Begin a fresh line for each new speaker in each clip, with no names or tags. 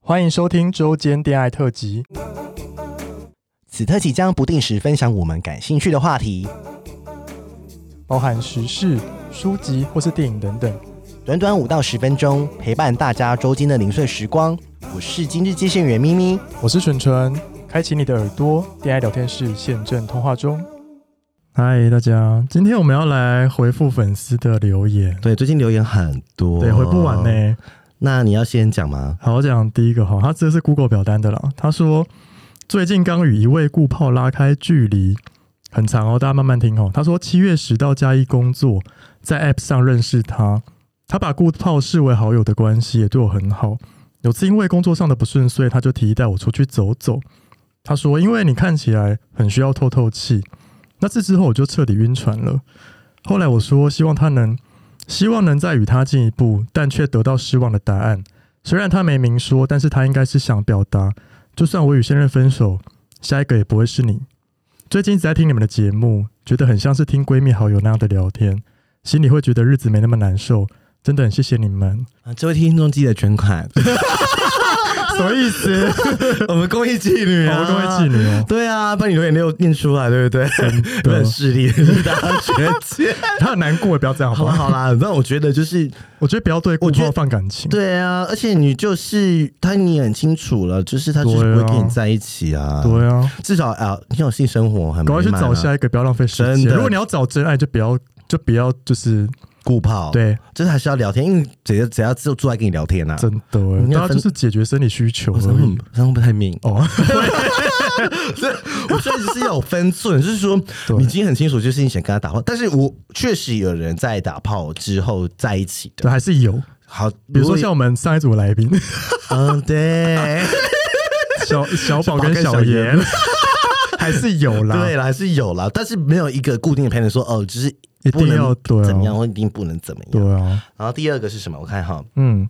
欢迎收听周间恋爱特辑。
此特辑将不定时分享我们感兴趣的话题，
包含时事、书籍或是电影等等。
短短五到十分钟，陪伴大家周间的零碎时光。我是今日接线员咪咪，
我是纯纯，开启你的耳朵，恋爱聊天室现正通话中。嗨，大家，今天我们要来回复粉丝的留言，
对，最近留言很多，
对，回不完呢、。
那你要先讲吗？
好，我讲第一个哈，他这是 Google 表单的啦。他说最近刚与一位顾炮拉开距离，很长哦，大家慢慢听哦。他说七月十到嘉义工作，在 App 上认识他，他把顾炮视为好友的关系，也对我很好。有次因为工作上的不顺遂，他就提议带我出去走走。他说：“因为你看起来很需要透透气。”那次之后我就彻底晕船了。后来我说希望他能，希望能再与他进一步，但却得到失望的答案。虽然他没明说，但是他应该是想表达，就算我与现任分手，下一个也不会是你。最近一直在听你们的节目，觉得很像是听闺蜜好友那样的聊天，心里会觉得日子没那么难受。真的很谢谢你们，
啊，这位听众记得捐款，
什么意思？
我们公益妓女
好
啊，
多位妓女 哦，
对啊，把你留言念念出来，对不对？有
对
点 势利，是大家学姐。
他很难过，不要这 样好不
好啦
好？
好啦，那我觉得就是
我觉得不要对顾
我觉得
炮放感情，
对啊，而且你就是他，你也很清楚了，就是他就是不
对啊
会跟你在一起啊。
对啊，
至少啊，你有性生活很美
赶快去
满、啊，
找下一个，不要浪费时
真
间。
的
如果你要找真爱，就不要就不要就是
顾泡，，
对，
就是还是要聊天，因为只要只要就坐在跟你聊天啊。
真的耶，
应该
大家就
分
是解决生理需求
我嗯真
而
的
已
很，真的不太 明，
哦。
我确实是有分寸，就是说
对
你今天很清楚，就是你想跟他打炮，但是我确实有人在打炮之后在一起的。
对，还是有。
好，
比如说像
果
我们上一组的来 宾
嗯，对，
小小宝跟
小
小
宝跟小
严， 还是有 啦。
对了，还是有啦，但是没有一个固定的 pattern 说哦，就是
一
不
定
能
要对啊
怎么样，或一定不能怎么样。
对啊，
然后第二个是什么？我看哈，
嗯，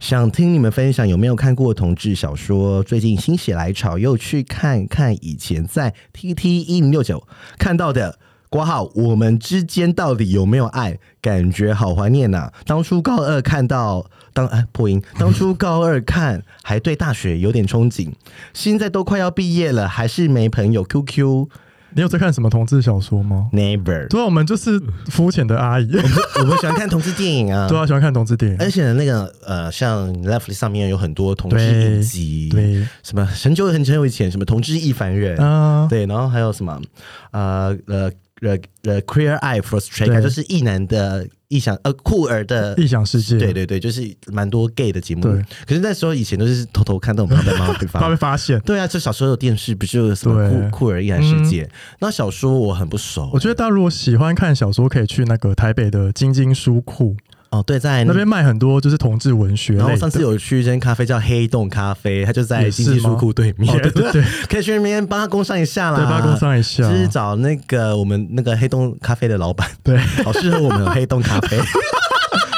想听你们分享有没有看过同志小说？最近心血来潮又去看看以前在 T T 一零六九看到的。挂号，我们之间到底有没有爱？感觉好怀念呐、当初高二看到，当哎破音，当初高二看还对大学有点憧憬，现在都快要毕业了，还是没朋友。QQ
你有在看什么同志小说吗？
Never，
对啊，我们就是肤浅的阿姨，
我们喜欢看同志电影 啊，
对啊，喜欢看同志电
而
影。
且那个呃，像 Netflix 上面有很多同志
对
影集，
对
什么很久很久以前，什么同志亦凡人，
啊，
对，然后还有什么呃呃呃呃 queer eye for straight，guy，
对
就是异男的异想呃酷儿的。
异想世界，
对，对对，就是蛮多 gay 的节目
对，
可是那时候以前都是偷偷看，但我们怕被妈妈被
怕
发
被。发现。
对啊，就小时候有电视，不就有什么
对嗯
酷酷儿异男世界？那小说我很不熟，
我觉得大家如果喜欢看小说，可以去那个台北的晶晶书库，
哦，对，在
那边卖很多就是同志文学
然后
类
我上次
的。
有去一间咖啡叫黑洞咖啡，它就在
也是
经济
吗
书库对面，
哦对对对，
可以去那边帮他工商一下啦，
对，八公上一下
啊就，是找那个我们那个黑洞咖啡的老板，
对，
好适合我们黑洞咖 啡、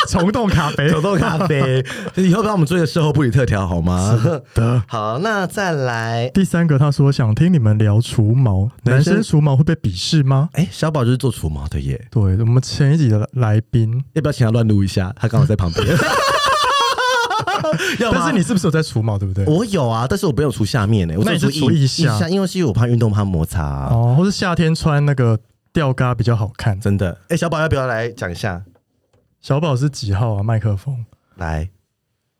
虫洞咖啡
黑洞咖啡，以后帮我们做一个售后部里特调好吗？
的。
好，那再来，
第三个，他说想听你们聊除毛，男
男生
生除毛会被鄙视吗？
哎，小宝就是做除毛的耶，
对我们前一集的来宾，
要不要请他乱录一下？他刚好在旁 边，要吗
但是你是不是有在除毛，对不对？
我有啊，但是我没有除下面呢、我
那你
只有
就除
腋
腋下
腋因为是因为我怕运动怕摩擦、啊
哦，或是夏天穿那个吊嘎比较好看。
真的。哎、小宝要不要来讲一下？
小宝是几号啊？麦克风？
来，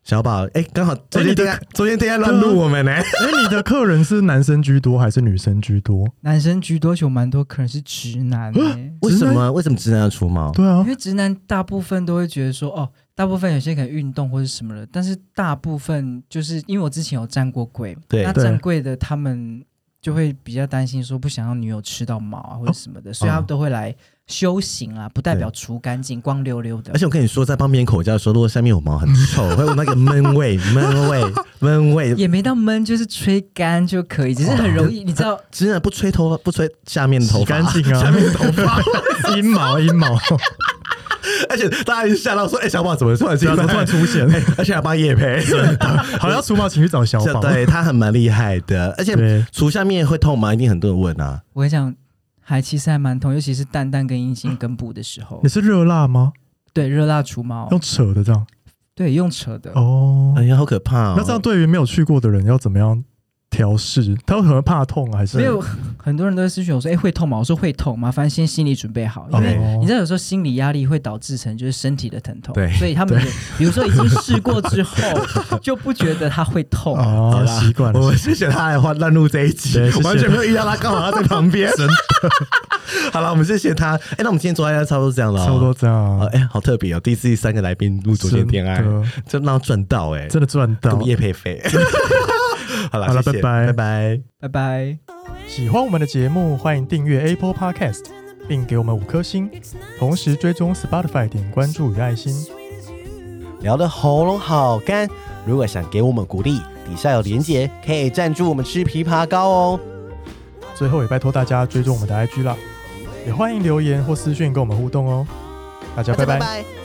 小宝，哎、刚好昨
你
天
的
对啊，昨天对啊乱录我们呢、，
哎，你的客人是男生居多还是女生居多？
男生居多，有蛮多可能是直男、欸
为什么？为什么直男要除毛？
对啊
因，为直男大部分都会觉得说，哦，大部分有些可能运动或者什么的，但是大部分就是因为我之前有站过柜，
对
那
对
站柜的他们就会比较担心说不想让女友吃到毛啊或者什么的，所以他们都会来修行啊，不代表除干净，光溜溜的
而。且我跟你说，在帮别人口交的时候，如果下面有毛很臭，会有那个闷味、闷味、闷味。
也没到闷，就是吹干就可以，只是很容易，你知道，
直男不吹头发，不吹下面的头
洗
发
干，净啊，下面头 发阴毛阴毛，
而且大家一吓到说：“哎、小宝怎么突然
对
进
啊，
来？
怎么突然出现？
而且还帮叶培，
好像除毛，请去找小
这
宝。
对他很蛮厉害的。而且
对，
除下面会痛吗？一定很多人问啊。
我跟你讲，还其实还蛮痛，尤其是 蛋蛋跟阴茎根部的时候
你，是热辣吗？
对，热辣除毛
用扯的这样，
对，用扯的，
哦
哎。呀，好可怕哦！
那这样对于没有去过的人要怎么样调试？他有可能怕痛还是
没有很多人都会咨询我说：“哎、会痛吗？”我说：“会痛，麻烦先心理准备好，因为
哦
你知道有时候心理压力会导致成就是身体的疼痛，
对
所以他们也比如说已经试过之后就不觉得它会痛，
哦
好，啦
习惯了
我。们谢谢他来换乱入这一集
对谢谢，
完全没有遇到他，刚好他在旁边。真的，好了，我们谢谢他。哎，那我们今天做爱差不多这样了哦，
差不多这样
哦。
啊，
哎，好特别哦，第一次三个来宾录昨天天爱
真，的
真让他赚到哎，
真的赚到
跟。叶佩 菲。好了，
好了
谢谢
拜拜
拜拜。
拜拜。”
喜欢我们的节目，欢迎订阅 Apple Podcast，并给我们五颗星，同时追踪 Spotify 点关注与爱心。
聊得喉咙好干。如果想给我们鼓励，底下有连结，可以赞助我们吃枇杷膏哦。
最后也拜托大家追踪我们的 IG 啦，也欢迎留言或私讯跟我们互动哦。大家拜拜
拜。